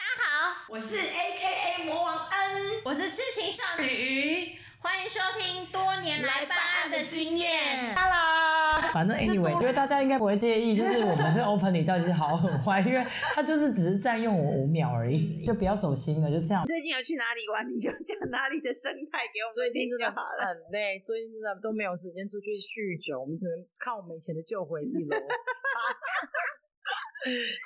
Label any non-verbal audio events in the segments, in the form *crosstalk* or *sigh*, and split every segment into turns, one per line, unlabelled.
好，我是 A K A 魔王恩，
我是痴情少女鱼，欢迎收听多年来办案的经验。
Hello，
反正 anyway，因为大家应该不会介意，就是我
*laughs*
们这 open 里到底是好很坏，因为它就是只是占用我五秒而已，就不要走心了，就这样。
最近有去哪里玩，你就讲哪里的生态给我们
最近
听
真
就
的
好了。
很累，最近真的都没有时间出去酗酒，我们只能看我们以前的旧回
*laughs*
忆喽。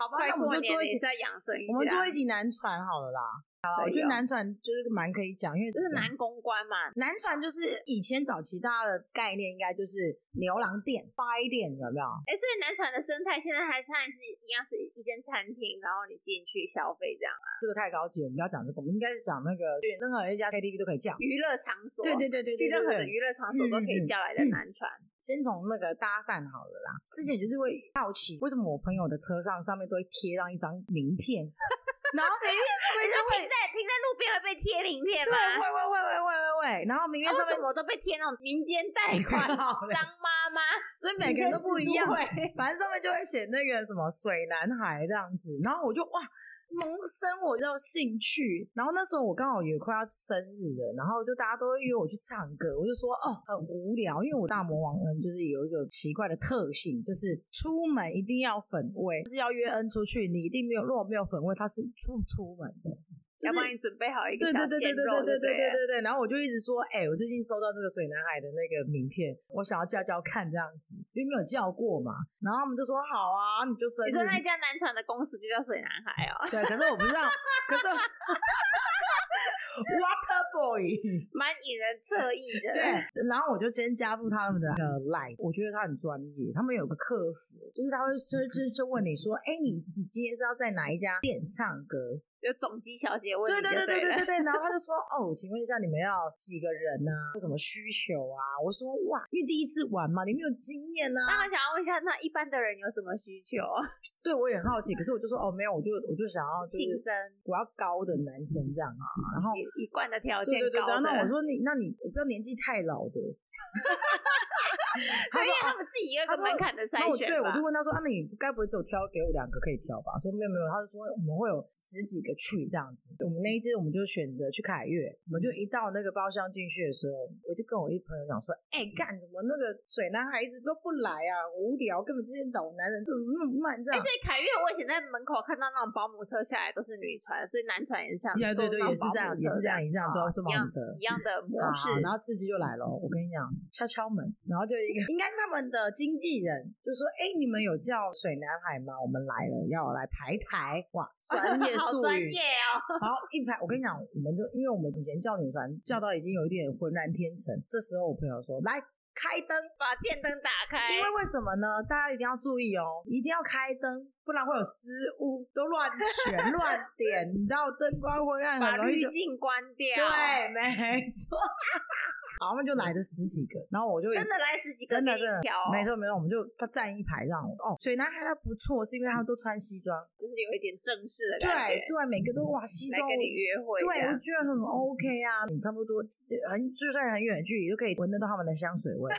好吧，那
快
我
过
们就
年
做
了，
一
也
集
是，要啊养生一下。
我们做一集南传好了啦。好，我嗯觉
可以哦
得南传就是蛮可以讲，因为
就是南公关嘛，
南传就是以前早期大家的概念应该就是牛郎店、花衣店，有没有？
哎、所以南船的生态现在还是还是一样是一间餐厅，然后你进去消费这样，
这个太高级，我们不要讲这个，我们应该是讲那个去任何一家 KTV 都可以叫。
娱乐场所，
对对对对对，
去任何
对对
的
嗯
娱乐场所都可以叫来的南船。
先从那个搭讪好了啦。之前就是会好奇，为什么我朋友的车上上面都会贴上一张名片， *laughs* 然后明明上面
你
就 *laughs*
说
会
停在停在路边会被贴名片
对，
吗？
会会会会会会会，然后明明
为
上面
什么我都被贴那种民间贷款
*laughs* 好嘞
张妈妈？
所以每个人都不一样啊
民间，
反正上 *laughs* 面就会写那个什么水男孩这样子，然后我就哇。萌生我就兴趣，然后那时候我刚好也快要生日了，然后就大家都会约我去唱歌，我就说哦很无聊，因为我大魔王恩就是有一个奇怪的特性，就是出门一定要粉味，就是要约恩出去，你一定没有如果没有粉味，他是出不出门的，就
要
是
帮你准备好一
对对对对对对
个小鲜肉，
对
对
对
了。
对对。然后我就一直说，哎、我最近收到这个水男孩的那个名片，我想要叫叫看这样子，因为没有叫过嘛。然后他们就说好啊，你就生
你
日
说那家南船的公司就叫水男孩哦，
对，可是我不知道，可是我 *laughs* Water Boy。 *laughs*
蛮引人侧翼的。
对，然后我就先加入他们的呃 line，我觉得他很专业。他们有个客服，就是他会就就就问你说，哎、你你今天是要在哪一家店唱歌？
有总机小姐问
对
你就
对对对对
了 *laughs*
对对，然后他就说，哦，请问一下你们要几个人啊？有什么需求啊？我说哇，因为第一次玩嘛，你没有经验
那
啊。
我想要问一下，那一般的人有什么需求？
对我也很好奇，可是我就说哦，没有，我就我就想要 *laughs* 就
庆
是
生
我要高的男生这样子，然后。
一一贯的条
对
件
对对对，
高的。
那我
*laughs*
说你，那你我不要年纪太老的。
因
他
为
说
他们自己也有
他
个
说
门槛的
那
筛
我
选
对，我
吧
就。问他说：“啊，那你该不会只有挑给我两个可以挑吧？”说没有没有，他就说我们会有十几个去这样子。我们那一天我们就选择去凯悦，我们就
嗯
一到那个包厢进去的时候，我就跟我一朋友讲说：“哎、干什么那个水男孩子都不来啊，无聊，根本这些老男人怎么那么慢这样
哎，所。以凯越，我以前在门口看到那种保姆车下来都是女船，所以男船也是像
对对对也
都
是这样
那种保姆车
也是这样也是这样
啊
坐坐保姆车
一样一样的模式
啊，。然后刺激就来了。我跟你讲，敲敲门，然后就一个应该是他们的经纪人就说：“哎、你们有叫水男孩吗？我们来了，要来排台。”
*laughs*
哇，专业术
好
语，
专业哦！
然后一排，我跟你讲，我们就因为我们以前叫女船叫到已经有一点浑然天成，这时候我朋友说来开灯，
把电灯打开，
因为为什么呢？大家一定要注意哦，一定要开灯，不然会有失误，都乱 *laughs* 选乱点，你知道灯光昏暗
把
很容易
滤
就
镜关掉。
对，没错。 *laughs* 好，他们就来了十几个，然后我就
真的哦来十几个
真的
给你
真的
挑，
没错没错，我们就他站一排这样哦。水男孩他不错，是因为他们都穿西装，
就是有一点正式
对
的感觉，
对，每个都哇西
来
装
跟你约会
对，
这样。
我觉得很 OK 啊，你差不多很就算很远的距离就可以闻得到他们的香水
*laughs*
味，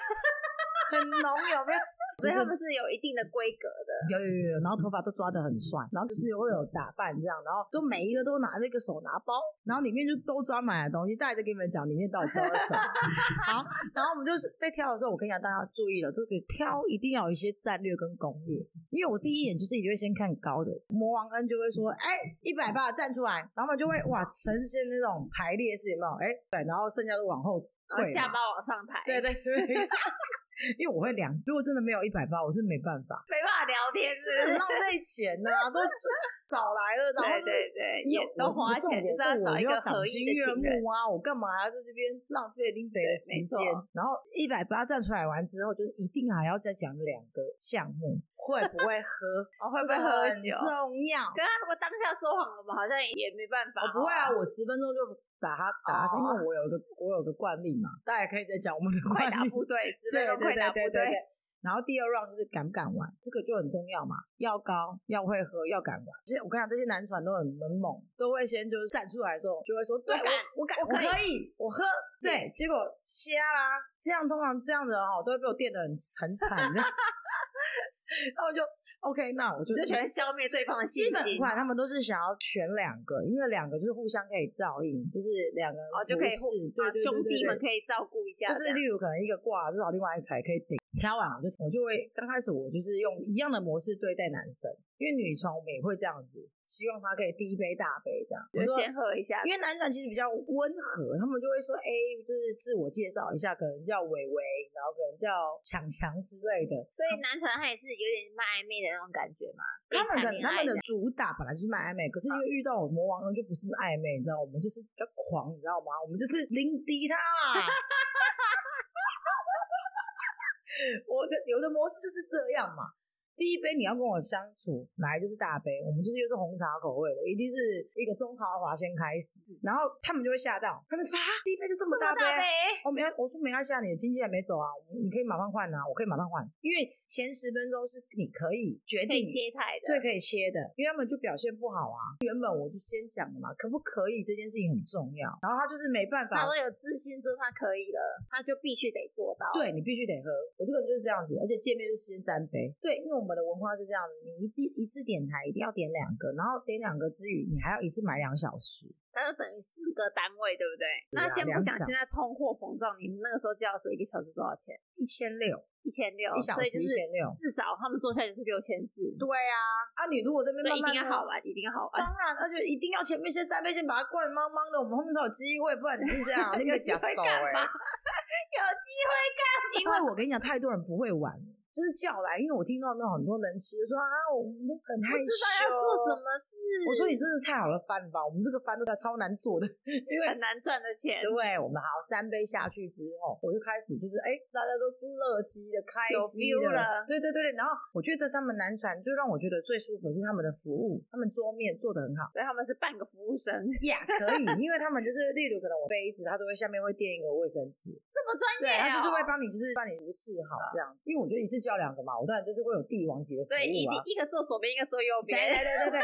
很浓，有没有？
所以
就是
他们是有一定的规格的。
有有有有，然后头发都抓得很帅，然后就是会有打扮这样，然后都每一个都拿那个手拿包，然后里面就都装满了东西，大家就跟你们讲里面到底装了什
*laughs*
么。好，然后我们就是在挑的时候，我跟你讲大家要注意了，这个挑一定要有一些战略跟攻略，因为我第一眼就是一定会先看高的，魔王恩就会说，哎、一百八站出来，然后我们就会哇呈现那种排列式有没有？哎、对，然后剩下都往后
然后
退嘛，
下巴往上抬，
对对对。 *laughs* 因为我会量，如果真的没有一百八，我是没办法。
没办法聊天，
就是是很
不是
浪费钱呐、
*laughs*
都就早来了，然后就是
对对对，
因
也
为
都
我
花
重
钱，
点
就是是要找
我
一
就
个
要赏
合
心
意的
悦
情人。
目啊！我干嘛要在这边浪费林北的
对没
时
错
间？然后一百八站出来完之后，就是一定还要再讲两个项目，会不会喝，
哦， *laughs* 会
这个
不会喝
很
酒？
重要。
可是他如果当下说谎，我们好像也没办法。
我
哦
不会啊，，我十分钟就打他打他，因为我有一个我有个惯例嘛，大家也可以再讲我们的
快
惯
打
例。
部队，十分
对
钟
对
快
对
打部
对对
队
对。然后第二 round 就是敢不敢玩，这个就很重要嘛，要高，要会喝，要敢玩。这我跟你讲，这些男船都很很猛，都会先就是站出来的时候，就会说，对
敢
我我敢，
我
我
可以
可以，我喝。对，结果瞎啦， *laughs* 这样通常这样的哦，都会被我电的很很惨的。然后我就 OK，那我就
你就全啊消灭对方的信
基本
心，
款他们都是想要选两个，因为两个就是互相可以照应，就是两个人
哦就可以
服侍
互
对对
啊
对
兄弟
以。
们可以照顾一
就
下
是
这样，
例如可能一个挂，至少另外一台可以顶。挑完我就我就会刚开始我就是用一样的模式对待男生，因为女床我们也会这样子，希望他可以第一杯大杯这样。我
就
说
先喝一下，
因为男转其实比较温和，他们就会说，哎、就是自我介绍一下，可能叫伟伟，然后可能叫强强之类的。
所以男团他也是有点蛮暧昧的那种感觉嘛，
他们的
可以
他
谈
们的
恋爱嗯这样
主打本来就是卖暧昧，可是因为遇到我魔王呢，就不是暧昧，你知道，我们就是比较狂，你知道吗？我们就是零敌他啦。 *laughs* 我的有的模式就是这样嘛。第一杯你要跟我相处，来就是大杯，我们就是又是红茶口味的，一定是一个中豪华先开始，然后他们就会吓到，他们说啊，第一杯就这么大杯啊，
嗯大杯，
我没有，我说没关系啊，你的经纪人没走啊，你可以马上换啊，我可以马上换，因为前十分钟是你可以决
可
定
以切台的，
对，可以切的，因为他们就表现不好啊。原本我就先讲了嘛，可不可以这件事情很重要。然后他就是没办法
他都，有自信说他可以了，他就必须得做到，
对你必须得喝。我这个人就是这样子，而且见面就是先三杯。对，因为我们的文化是这样子，你一定一次点台一定要点两个，然后点两个之余，你还要一次买两小时。
那就等于四个单位，对不对？
对啊
那先不
两
讲
小
现在通货膨胀，你们那个时候叫的时候一个小时多少钱？
一千六，
一千六，
一小
所以
时
就
一
是
千六。
至少他们做下来就是六千四，
对啊，啊，你如果这边
所以一
慢慢
定要
喝
好玩，一定要好玩。
当然，而且一定要前面先三杯，先把它灌茫茫的，我们后面才有机会，不然你是这
*laughs*
样，啊你
有
会
机
假手
会干嘛？
哎。
*laughs* 有机会
因为我跟你讲，太多人不会玩，就是叫来，因为我听到那很多人其实说啊，我们很害
不
羞，
知道要做什么事。
我说你真的太好了，翻吧，我们这个翻都在超难做的， *laughs* 因为
很难赚的钱，
对，我们好三杯下去之后，我就开始就是哎、大家都乐极的开
有
机
feel
的
了
对对对对。然后我觉得他们南船就让我觉得最舒服的是他们的服务，他们桌面做的很好。
所以他们是半个服务生，
呀、可以，因为他们就是，例如可能我杯子，他都会下面会垫一个卫生纸，
这么专
对，
业
他
啊、
就是会帮你，就是帮你服侍好这样子。因为我觉得一次叫两个嘛，我当然就是会有帝王级的服务
所以一定
啊。
一个坐左边，一个坐右
对
边，
对对对对。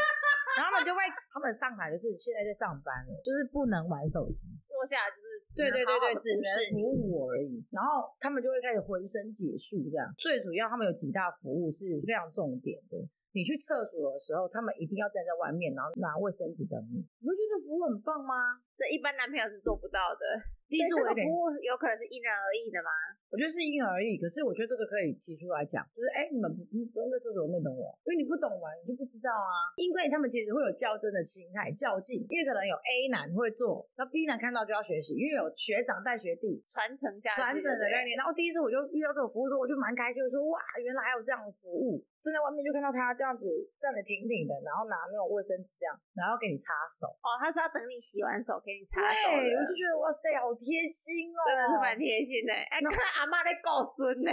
然后他们就会，他们上海就是现在在上班了，就是不能玩手机。
坐下来就是只
对对对
好好
对，
地
只
服
能
侍
服
你。
务我而已。然后他们就会开始浑身解数这样。最主要，他们有几大服务是非常重点的。你去厕所的时候，他们一定要站在外面，然后拿卫生纸等你。你不觉得这服务很棒吗？
这一般男朋友是做不到的。
第一次我有
所以这个
点
服务有可能是因人而异的嘛？
我觉得是因人而异，可是我觉得这个可以提出来讲，就是哎、你们不你不用在厕所里面等我，因为你不懂玩，你就不知道啊。因为他们其实会有较真的心态，较劲，因为可能有 A 男会做，那 B 男看到就要学习，因为有学长带学弟。
传承下去，
传承的概念，然后第一次我就遇到这种服务的时候，我就蛮开心，我说哇，原来还有这样的服务！站在外面就看到他这样子站的挺挺的，然后拿那种卫生纸这样，然后给你擦手，
哦，他是要等你洗完手给你擦手
对，我
的，
就觉得哇塞，好贴心哦，
真的是蛮贴心的。哎，看阿妈在告孙呢，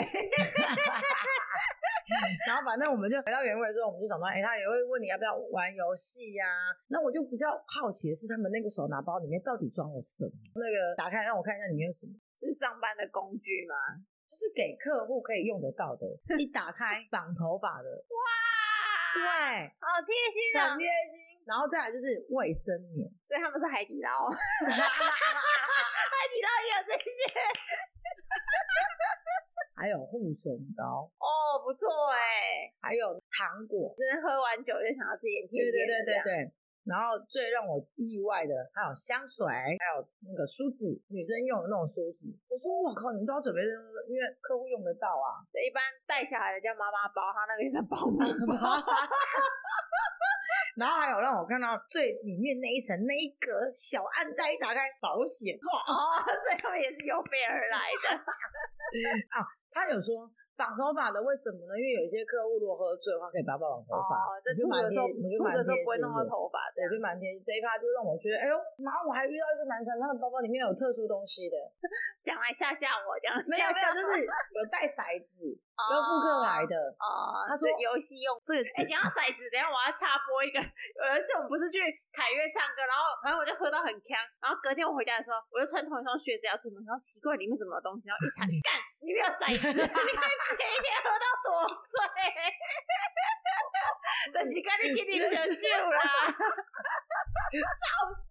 然后反正我们就回到原位之后，我们就想到，哎、他也会问你要不要玩游戏呀、那我就比较好奇的是，他们那个手拿包里面到底装了什么？那个打开让我看一下里面有什么，
是上班的工具吗？
就是给客户可以用得到的。一打开，绑头发的，对，
啊，好贴心啊
很！贴心。然后再来就是卫生棉，
所以他们是海
*laughs*
底捞，海底捞也有这些
还有护唇膏，
哦，不错哎。
还有糖果，
真的喝完酒就想要吃点甜
对
点，
对对对
对，
对。然后最让我意外的还有香水，还有那个梳子，女生用的那种梳子。我说我靠，你们都要准备这种，因为客户用得到啊。
所以一般带小孩的叫妈妈包，他那个叫保
*laughs*
姆包，
然后还有让我看到最里面那一层那一格小暗袋，一打开保险哇
哦，所以他们也是有备而来的。
啊！他有说绑头发的为什么呢？因为有一些客户如果喝醉的话，可以把它绑头发。
哦，这
我就
吐
蛮
的时候，
贴我就
吐
蛮
的
贴
时候不会
心
弄到
的
头发这
对，
样。
就蛮贴心。这一趴就让我觉得，哎呦，然后我还遇到一些男生，他的包包里面有特殊东西的，
讲来吓吓我，这样
没有
*laughs*
没有，就是有带骰子，有顾客来
的。
的。
哦，
他说
是游戏用
这个
哎，讲到骰子，等一下我要插播一个。有一次我们不是去凯悦唱歌，然后反正我就喝到很呛，然后隔天我回家的时候，我就穿同一双靴子要出门，然后奇怪里面怎么有东西，然后一查，
哎
干，里面有骰子！你看前一天喝到多醉， *laughs* 就是跟你给你们相救啦，笑死！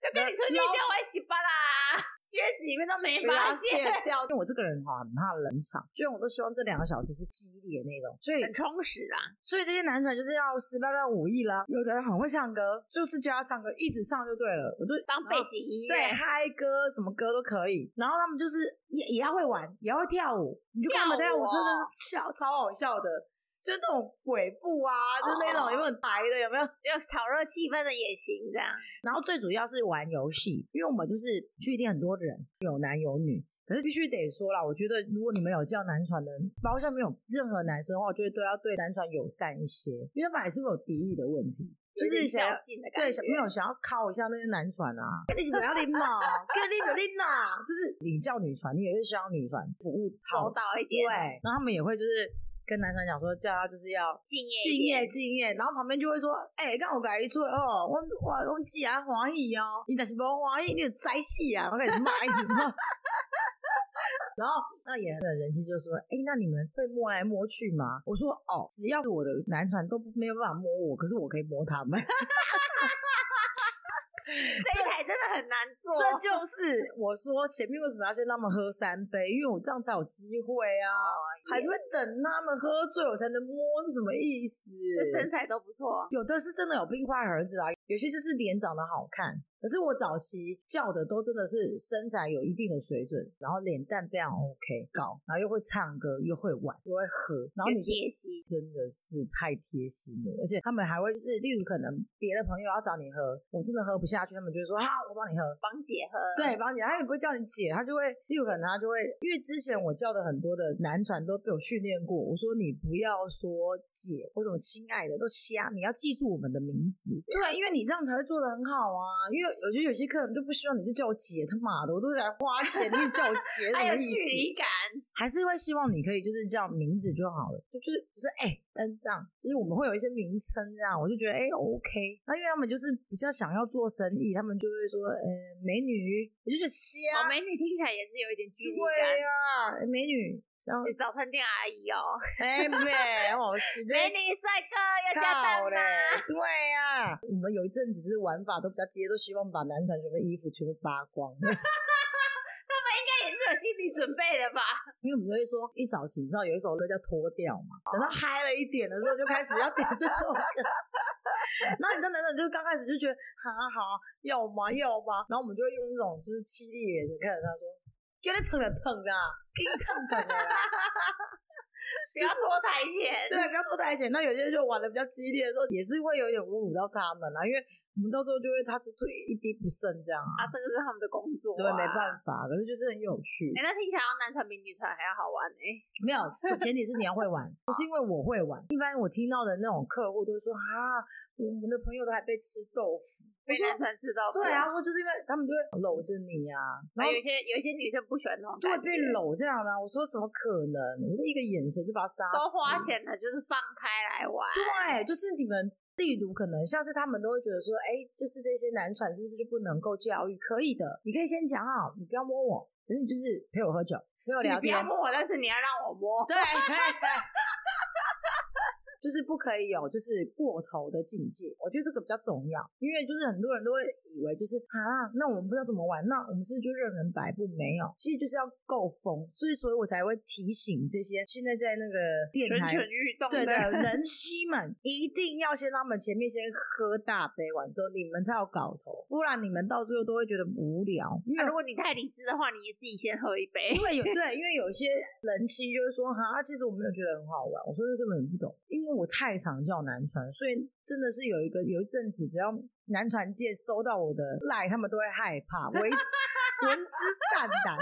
就跟你出去一定要玩洗吧啦，靴子里面都没
发
发
泄
现，
掉。 *laughs* 因为我这个人哈很怕冷场，所以我都希望这两个小时是激烈的那种。所以
很充实啊。
所以这些男团就是要十八般武艺啦。有的人很会唱歌，就是教他唱歌，一直唱就对了。我就
当背景音乐，
对嗨歌什么歌都可以，然后他们就是也也要会玩，也要会跳舞，你就看他们跳
跳
舞
舞哦
真的是笑超好笑的，就是那种鬼步啊，就是那
哦
种有没有很白的有没有？
就炒热气氛的也行，这样
然后最主要是玩游戏，因为我们就是去一定很多人，有男有女。可是必须得说啦，我觉得如果你们有叫男传的，包括像没有任何男生的话，我觉得都要对男传友善一些，因为他本来是会有敌意的问题，就
有
是
点
想要
较劲的感
对想
觉。
没有想要靠一下那些男传啊，你是不要拎嘛，跟拎个拎嘛， *laughs* 就是你叫女传，你也是需要女传服务好，
厚道一
对
点，，
然后他们也会就是跟男传讲说，叫他就是要
敬业一
敬
点
业敬业，然后旁边就会说，哎、欸，刚有改一出哦，我我我既然欢喜哦，你但是不欢喜，你就栽戏啊，然后开始骂，一直骂。 *laughs* 然后那也很有人气就说，哎、那你们会摸来摸去吗？我说哦，只要我的男团都没有办法摸我，可是我可以摸他们，
这一台真的很难做，
这就是 *laughs* 我说前面为什么要先让他们喝三杯，因为我这样才有机会啊，还是会等他们喝醉我才能摸，是什么意思？
这身材都不错，
有的是真的有冰块盒子啊，有些就是脸长得好看。可是我早期叫的都真的是身材有一定的水准，然后脸蛋非常 OK 高，然后又会唱歌，又会玩，又会喝，然后你
有
就
贴心，
真的是太贴心了。而且他们还会就是，例如可能别的朋友要找你喝，我真的喝不下去，他们就会说好，我帮你喝。
帮姐喝，
对，帮你，他也不会叫你姐，他就会，例如可能他就会，因为之前我叫的很多的男传都被我训练过，我说你不要说姐或什么亲爱的都瞎，你要记住我们的名字。对，因为你这样才会做的很好啊。因为我觉得有些客人就不希望你就叫我姐，他妈的，我都来花钱，你也叫我姐什
*laughs* 还
么
有
意
距
思？
离感，
还是会希望你可以就是叫名字就好了，就就是就是哎、嗯这样，就是我们会有一些名称这样，我就觉得哎、OK。那因为他们就是比较想要做生意，他们就会说呃、美女，我就觉得瞎，
哦，美女听起来也是有一点距离感
啊对。啊呀、美女，然
*laughs*
后
你早餐店阿姨哦，
哎美，我是
美女帅哥要加
靠
蛋
嘞
吗？，
对呀、我们有一阵子就是玩法都比较激烈，都希望把男团全部衣服全部扒光。
那也是有心理准备
*laughs*
的吧？
因为我们就会说，一早起你知道有一首歌叫脱掉嘛，等到嗨了一点的时候就开始要点这首歌。 *laughs* 然后你知道，等等，就是刚开始就觉得，好啊好啊，要吗要吗？然后我们就会用一种就是凄厉的眼神看着他说，给你疼了疼啊，给你疼疼的啦。
不要拖台前，
*laughs* 对，不要拖台前。那有些就玩的比较激烈的时候，也是会有点侮辱到他们啊，因为我们到时候就会他就一滴不剩这样啊。
啊，这个是他们的工作、啊，
对，没
法。
办法，可是就是很有趣。
哎、那听起来好像男团比女团还要好玩哎、
没有，首前提是你要会
*laughs*
玩，不是因为我会玩。一般我听到的那种客户都说啊，我们的朋友都还被吃豆腐。
被男团吃到
对啊，，或就是因为他们就会搂着你啊，然后
然后有一些有一些女生不喜欢那种
就会
感
被
觉，
搂这样的、啊我说怎么可能？我就一个眼神就把他杀死。
都花。钱了，就是放开来玩，
对，就是你们。例如，可能像是他们都会觉得说，哎、就是这些男传是不是就不能够教育？可以的，你可以先讲好，你不要摸我，可是你就是陪我喝酒，陪我
你
聊
不
天
要，摸我，但是你要让我 *laughs* 摸。
对，就是不可以有就是过头的境界，我觉得这个比较重要，因为就是很多人都会以为就是啊，那我们不知道怎么玩，那我们是不是就任人摆布？没有，其实就是要够疯，所以所以我才会提醒这些现在在那个电
蠢
台。
蠢欲动
对啊的，
的，
人
*laughs*
妻们一定要先让他们前面先喝大杯，完之后你们才有搞头，不然你们到最后都会觉得无聊。因为
啊如果你太理智的话，你自己先喝一杯
因。为有对，因为有些人妻就会说哈，啊其实我没有觉得很好玩。我说那是不是你不懂？因为我太常叫男传，所以真的是有一个有一阵子，只要男传界收到我的赖，他们都会害怕，为
*laughs*
闻之善胆。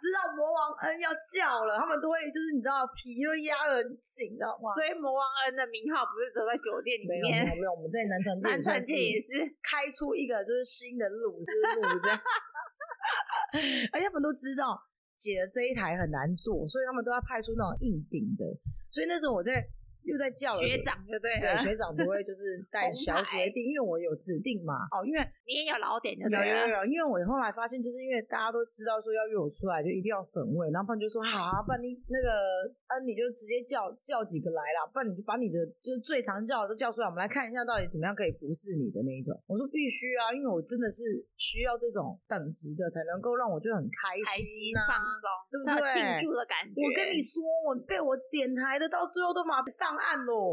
知道魔王恩要叫了，他们都会就是你知道皮都压得很紧，你知道吗？
所以魔王恩的名号不是只有在酒店里
没有没有
*laughs* 面，
没有，我们在男传界也
男团
算是
界也是。
开出一个就是新的路，就是路这样。而且他们都知道姐的这一台很难做，所以他们都要派出那种硬顶的。所以那时候我在又在叫了
学长就对了
对，学长不会就是带小学弟，因为我有指定嘛。哦，因为
*laughs* 你也有老点就
有
对
有
了。
有，因为我后来发现，就是因为大家都知道说要约我出来，就一定要粉味，然后不然就
*laughs*
说好啊，不然你那个恩你就直接叫叫几个来啦，不然你就把你的就是最常叫的都叫出来，我们来看一下到底怎么样可以服侍你的那一种。我说必须啊，因为我真的是需要这种等级的，才能够让我就很开
开
心啊呐、
心放松，
对不
才有
对
庆祝的感觉。
我跟你说，我被我点台的，到最后都马上岸 *laughs* 喽，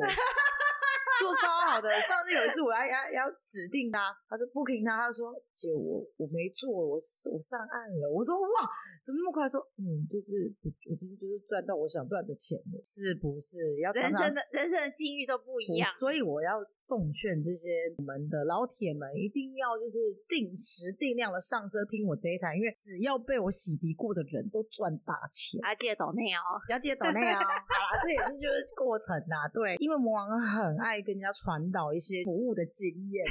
做超好的。上次有一次我要要要指定他，他说不行，他，他说姐我我没做，我我上岸了。我说哇，怎么那么快？他说嗯，就是我我今天就是赚到我想赚的钱了，是不是？要常
人
常
生的人生的境遇都不一样，
所以我要奉劝这些我们的老铁们，一定要就是定时定量的上车听我这一台，因为只要被我洗涤过的人都赚大钱。
还记得抖内哦。
了解懂那 *laughs* 啊，好啦，这也是就是过程呐、对，因为魔王很爱跟人家传导一些服务的经验，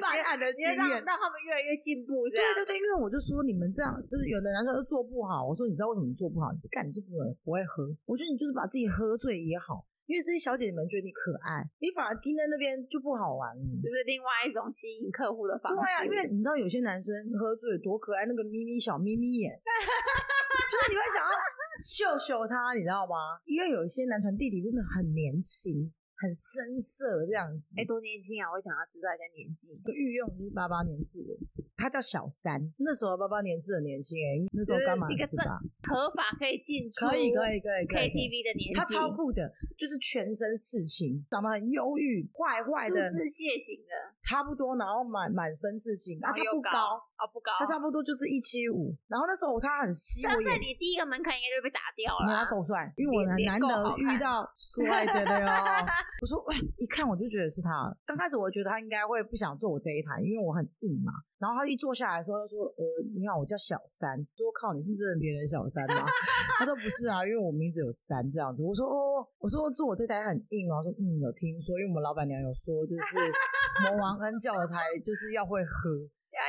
办案的
你
经
要让
验。
让他们越来越进步，这
对啊
样
对对，因为我就说你们这样，就是有的男生都做不好。我说你知道为什么你做不好？你干你就不能不会喝。我觉得你就是把自己喝醉也好，因为这些小姐姐们觉得你可爱，你反而盯在那边就不好玩了。
就是另外一种吸引客户的方
对啊，因
式。
为你知道有些男生喝醉多可爱，那个咪咪小咪咪
*laughs*
眼，就是你会想要秀秀他，你知道吗？因为有一些男团弟弟真的很年轻，很深色这样子。
哎，多年轻啊！我想要知道一下年纪，
有御用就是八八年制的，他叫小三。那时候八八年制很年轻哎、那时候刚满
就是一个
十八，
合法可以进出，
可以可以可以可以。
KTV 的年纪，
他超酷的，就是全身刺青，长得很忧郁、坏坏
数
的，
字蟹型的，
差不多，然后满满身刺青，啊，他
然后又
不高，
啊不高，
他差不多就是一七五，然后那时候他很吸我眼，
那你第一个门槛应该就被打掉
你要
了。啊
够帅，因为我
脸
很
脸
难
够
得
好看
遇到帅的了
*laughs*
哟。我说喂，一看我就觉得是他了。刚开始我觉得他应该会不想坐我这一台，因为我很硬嘛。然后他一坐下来的时候，他说：“呃，你好，我叫小三。”说：“靠，你是真的别人小三吗？” *laughs* 他说：“不是啊，因为我名字有三这样子。”我说：“哦，我说坐我这台很硬哦。”他说：“嗯，有听说，因为我们老板娘有说，就是魔王恩教的台就是要会喝。”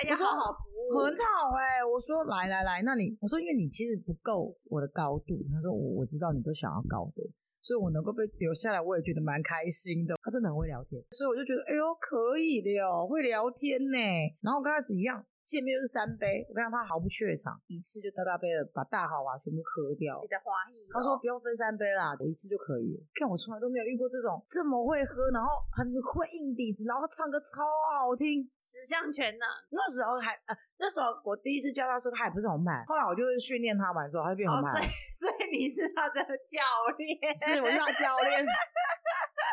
要要好好服务，
很好哎、我说来来来，那你我说因为你其实不够我的高度，他说我我知道你都想要高的，所以我能够被留下来，我也觉得蛮开心的。他真的很会聊天，所以我就觉得哎呦可以的哟，会聊天呢、然后我刚开始一样。见面就是三杯，我看他毫不怯场，一次就大大杯的把大豪娃全部喝掉
你。的华裔哦。
他说不用分三杯啦，我一次就可以了。看我从来都没有遇过这种这么会喝，然后很会硬底子，然后唱歌超好听，
十项全能，
那时候还呃，那时候我第一次教他说他还不是红牌，后来我就是训练他完之后，他就变
哦
红，牌
所
了
以所以你是他的教练，
是我是他教练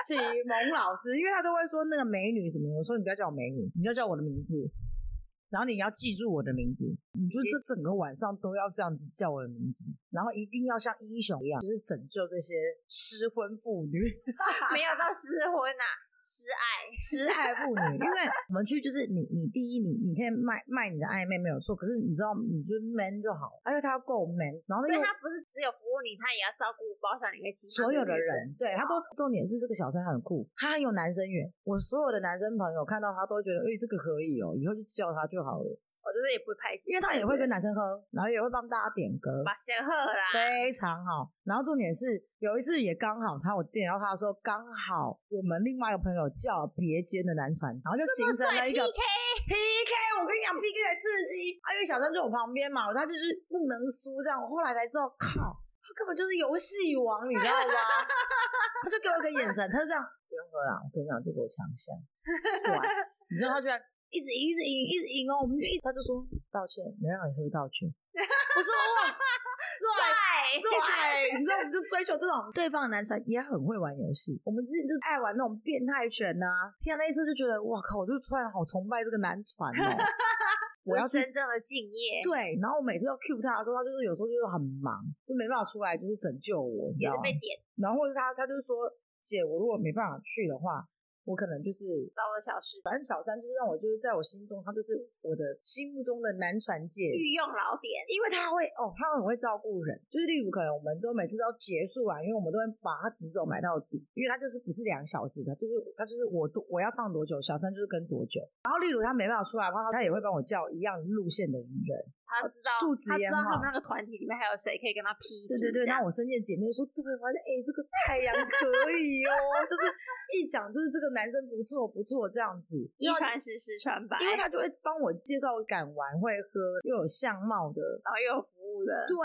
启蒙老师，因为他都会说那个美女什么，我说你不要叫我美女，你就叫我的名字，然后你要记住我的名字，你就这整个晚上都要这样子叫我的名字，然后一定要像英雄一样，就是拯救这些失婚妇女。
没有到失婚呐，啊失爱。
痴爱妇女，因为我们去就是你，你第一，你你可以卖卖你的暧昧没有错，可是你知道，你就是 man 就好，而且他要够 man，然后
所以
又
他不是只有服务你，他也要照顾包含你跟其他
所有的
女生
人，对他都重点是这个小三很酷，他很有男生缘。我所有的男生朋友看到他都会觉得，哎、这个可以哦，以后就叫他就好了，
我就是也不会排挤，
因为他也会跟男生喝，然后也会帮大家点歌，
把先喝啦，
非常好。然后重点是有一次也刚好他我点到他的时候，刚好我们另外一个朋友叫别间的男船，然后就形成了一个
PK
PK。我跟你讲，PK 才刺激啊！因为小三就我旁边嘛，他就是不能输这样。我后来才知道，靠，他根本就是游戏王，你知道吗？他就给我一个眼神，他就这样，不用喝啦，我跟你讲，这个我强项。哇你知道他居然一直赢，一直赢，一直赢哦！我们就一，他就说抱歉，没让你喝到酒。我说哇，帅
帅 *laughs*
帅，你知道，我们就追求这种对方的男生也很会玩游戏。我们之前就是爱玩那种变态拳呐、天啊，那一次就觉得，哇靠，我就突然好崇拜这个男团
*laughs*
哦。我要去
真正的敬业，
对，然后我每次要 cue 他的时候，他就是有时候就是很忙，就没办法出来，就是拯救我，你知
也
道
是
吗？
被点
然后或者他他就说，姐，我如果没办法去的话，我可能就是
到的小事，
反正小三就是让我就是在我心中，他就是我的心目中的男传界
御用老点，
因为他会哦，他很会照顾人，就是例如可能我们都每次都要结束啊完，因为我们都会把他直走买到底，因为他就是不是两小时的，就是他就是我多我要唱多久，小三就是跟多久。然后例如他没办法出来的话，他也会帮我叫一样路线的人，
他知道
素质
他
也
知道
好
他们那个团体里面还有谁可以跟他 P，
对对对，那我
那
身边的姐妹说，对，我还在哎、这个太阳可以哦， *laughs* 就是一讲就是这个男生不错不错这样子，
一
因为他
传十，十传百，
因为他就会帮我介绍敢玩、会喝、又有相貌的，
然后又有服务的，
对，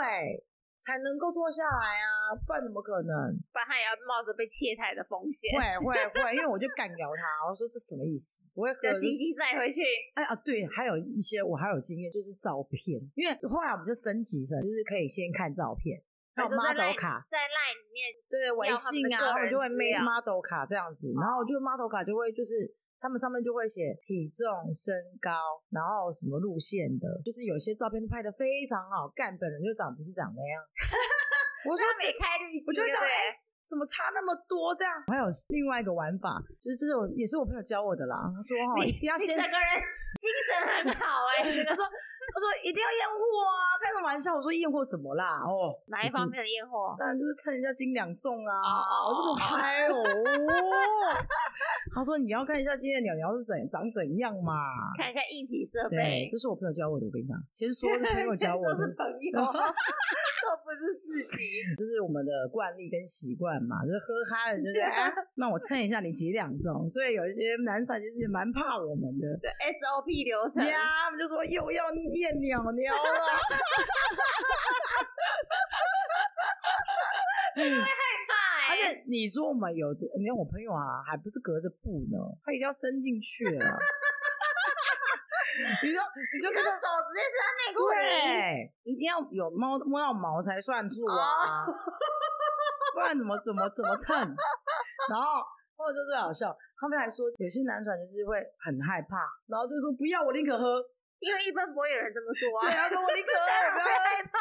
才能够坐下来啊，不然怎么可能？
不然他也要冒着被切台的风险，
会会会，因为我就干掉他，我说这什么意思？我会喝
要
就
积极再回去，
哎啊，对，还有一些我还有经验，就是照片，因为后来我们就升级成，就是可以先看照片，还有
还是在
model
line-
卡，
在 line 里面
对微
要他们
信
的
啊，
个
然后我
人
就会
资
make
料
model 卡这样子，然后就 model 卡就会就是。他们上面就会写体重、身高，然后什么路线的，就是有些照片拍的非常好，干本人就长不是长那样。 *laughs* 我说
他
这
没开滤镜，
我就会
对
想，
不对
哎、怎么差那么多？这样还有另外一个玩法，就是这种也是我朋友教我的啦。他说哈，一定要
你
先，
整个
他
人精神很好
*laughs*
哎、这个
说他说一定要验货啊，开什么玩笑？我说验货什么啦？哦，
哪一
不是
方面的验货？
当然就是称一下斤两重啊！
哦
我这么嗨哦。他说你要看一下今天的鸟鸟是怎长怎样嘛？
看一下硬体设
对
备，
这。是我朋友教我的，我跟你讲， *laughs* 先说是朋友教我
说
的
是，
*laughs*
朋友，都不是自己。
就是我们的惯例跟习惯嘛，就是喝嗨了就是哎，那我称一下你几两重。所以有一些男帅其实也蛮怕我们的，
对 SOP 流程，
呀，他们就说又要验鸟鸟了，
怕
而
欸
且你说我们有的，你看我朋友啊，还不是隔着布呢，他一定要伸进去了。 *laughs* 你就你就
你
看
的
到
手直接伸到内裤里，
对，一定要有猫摸到毛才算数啊， *laughs* 不然怎么怎么怎么称？然后后来就最好笑，他们还说有些男转就是会很害怕，然后就说不要，我宁可喝， *laughs*
因为一般不会有人这么做啊
对，。他说我宁可喝，不
当然 *laughs* 会
要喝。
害怕，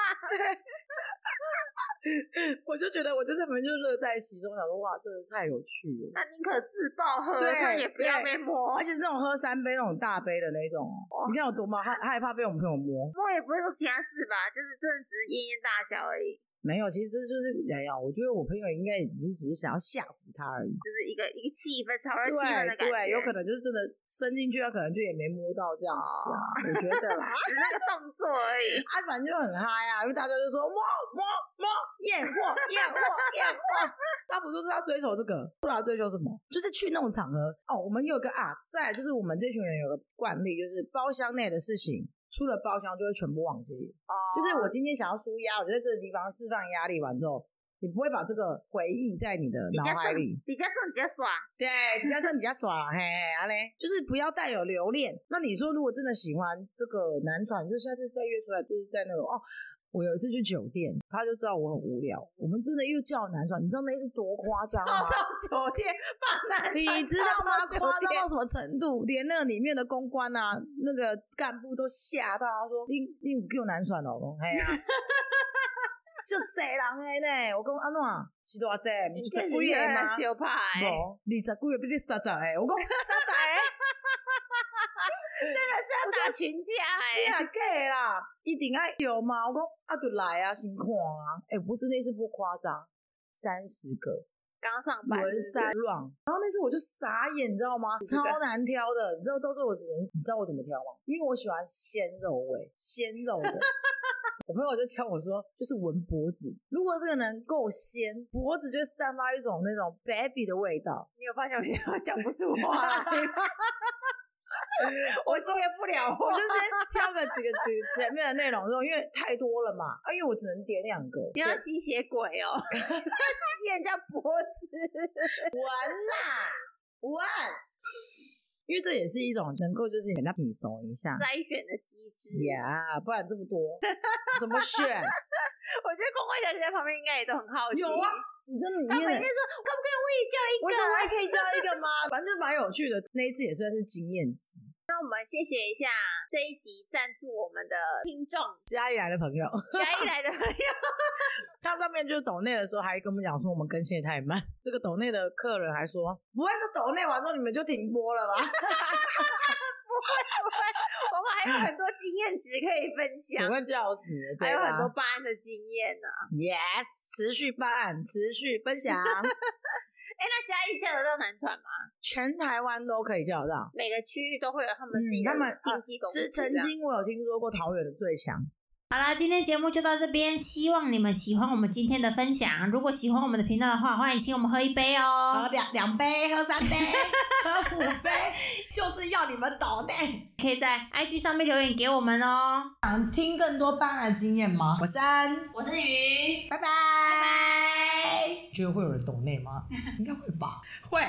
我就觉得我这次本就乐在其中，想说哇，真的太有趣了。
那宁可自爆喝，
对
但也不要被摸
而。且是那种喝三杯那种大杯的那种哦，你看有多么害害怕被我们朋友摸？
摸也不会说其他事吧，就是真的只是咽咽大小而已，
没有，其实这就是哎呀，我觉得我朋友应该也只是只是想要吓唬他而已。
就是一个一个气氛，炒热
对
气氛的感觉。
对，有可能就是真的伸进去，他可能就也没摸到这样子
哦
啊，我觉得啦。
只是那个动作而已。
啊，反正就很嗨啊，因为大家就说摸摸摸，验货验货验货。他不就是要追求这个，不知道追求什么，就是去那种场合哦。我们有个啊，再来就是我们这群人有个惯例，就是包厢内的事情。出了包厢就会全部忘记，
哦，
就是我今天想要舒压，我就在这个地方释放压力完之后，你不会把这个回忆在你的
你
脑
在
海
送
里。
你在送你在耍，
*laughs* 对，比较上比较爽，嘿，啊嘞，就是不要带有留恋。那你说，如果真的喜欢这个男团，就下次再约出来，就是在那个哦。我有一次去酒店，他就知道我很无聊，我们真的又叫男团，你知道那一次多夸张吗？
酒店把 *laughs* 男
你知道吗？夸张到什么程度？连那个里面的公关啊，那个干部都吓到，他说：“你你有够难选老公，哎呀、 *laughs* 就这人哎呢，我讲安怎是多济，不
你这
是十几个吗？啊
小 *laughs*
*laughs*
牌，
无，二十几个比你三十个，我讲三十个，
真的是要打群架
是
哎、
啊假的啦，一定爱有嘛，我讲啊就来啊，先看啊，哎、不是那次不夸张，三十个
刚上班
轮三 round，然后那次我就傻眼，你知道吗？
是的
超难挑的，你知道到时候我只能，你知道我怎么挑吗？因为我喜欢鲜肉味，鲜肉
*laughs*
的。我朋友就教我说，就是闻脖子，如果这个人够鲜，脖子就会散发一种那种 baby 的味
*laughs*
道。
你有发现我现在讲不出
*laughs*
话来吗？我接不了
我
话
就，先挑个几个几个前面的内容之后，因为太多了嘛，啊，因为我只能点两个，
你要吸血鬼
*laughs*
哦，吸人家脖子，
完，因为这也是一种能够就是给他品熟一下。
筛选的机制。
呀不然这么多怎么
*laughs*
选？
我觉得公关小姐在旁边应该也都很好奇，
有啊你真的
他
里
们一
面
定
的，
说可不可以我也叫一个？
我想我也可以交一个吗？反正就蛮有趣的，那一次也算是经验值。
那我们谢谢一下这一集赞助我 *laughs* 们的听众，
嘉义来的朋友，
嘉义来的朋友。
他上面就是抖内的时候，还跟我们讲说我们更新的太慢。这个抖内的客人还说，不会是抖内完之后你们就停播了吧？
我们还有很多经验值可以分享
我，
*laughs*
会笑死，
还
这
有
个
很
啊
多办案的经验呢、
*laughs*
Yes，持续办案，持续分享。
哎、那嘉义叫得到南船吗？
全台湾都可以叫得到。
每个区域都会有他们自呃己
嗯
的
他们
经纪公司
是
这
曾
样。
经我有听说过桃园的最强，
好啦，今天节目就到这边，希望你们喜欢我们今天的分享。如果喜欢我们的频道的话，欢迎请我们喝一杯
喝
哦。
两两杯，喝三杯，喝五杯，就是要你们岛内。
可以在 IG 上面留言给我们哦。
想听更多办案经验吗？
我是安，
我是鱼，
拜拜。 *laughs*
觉得会有人懂内吗？应该会吧。
会。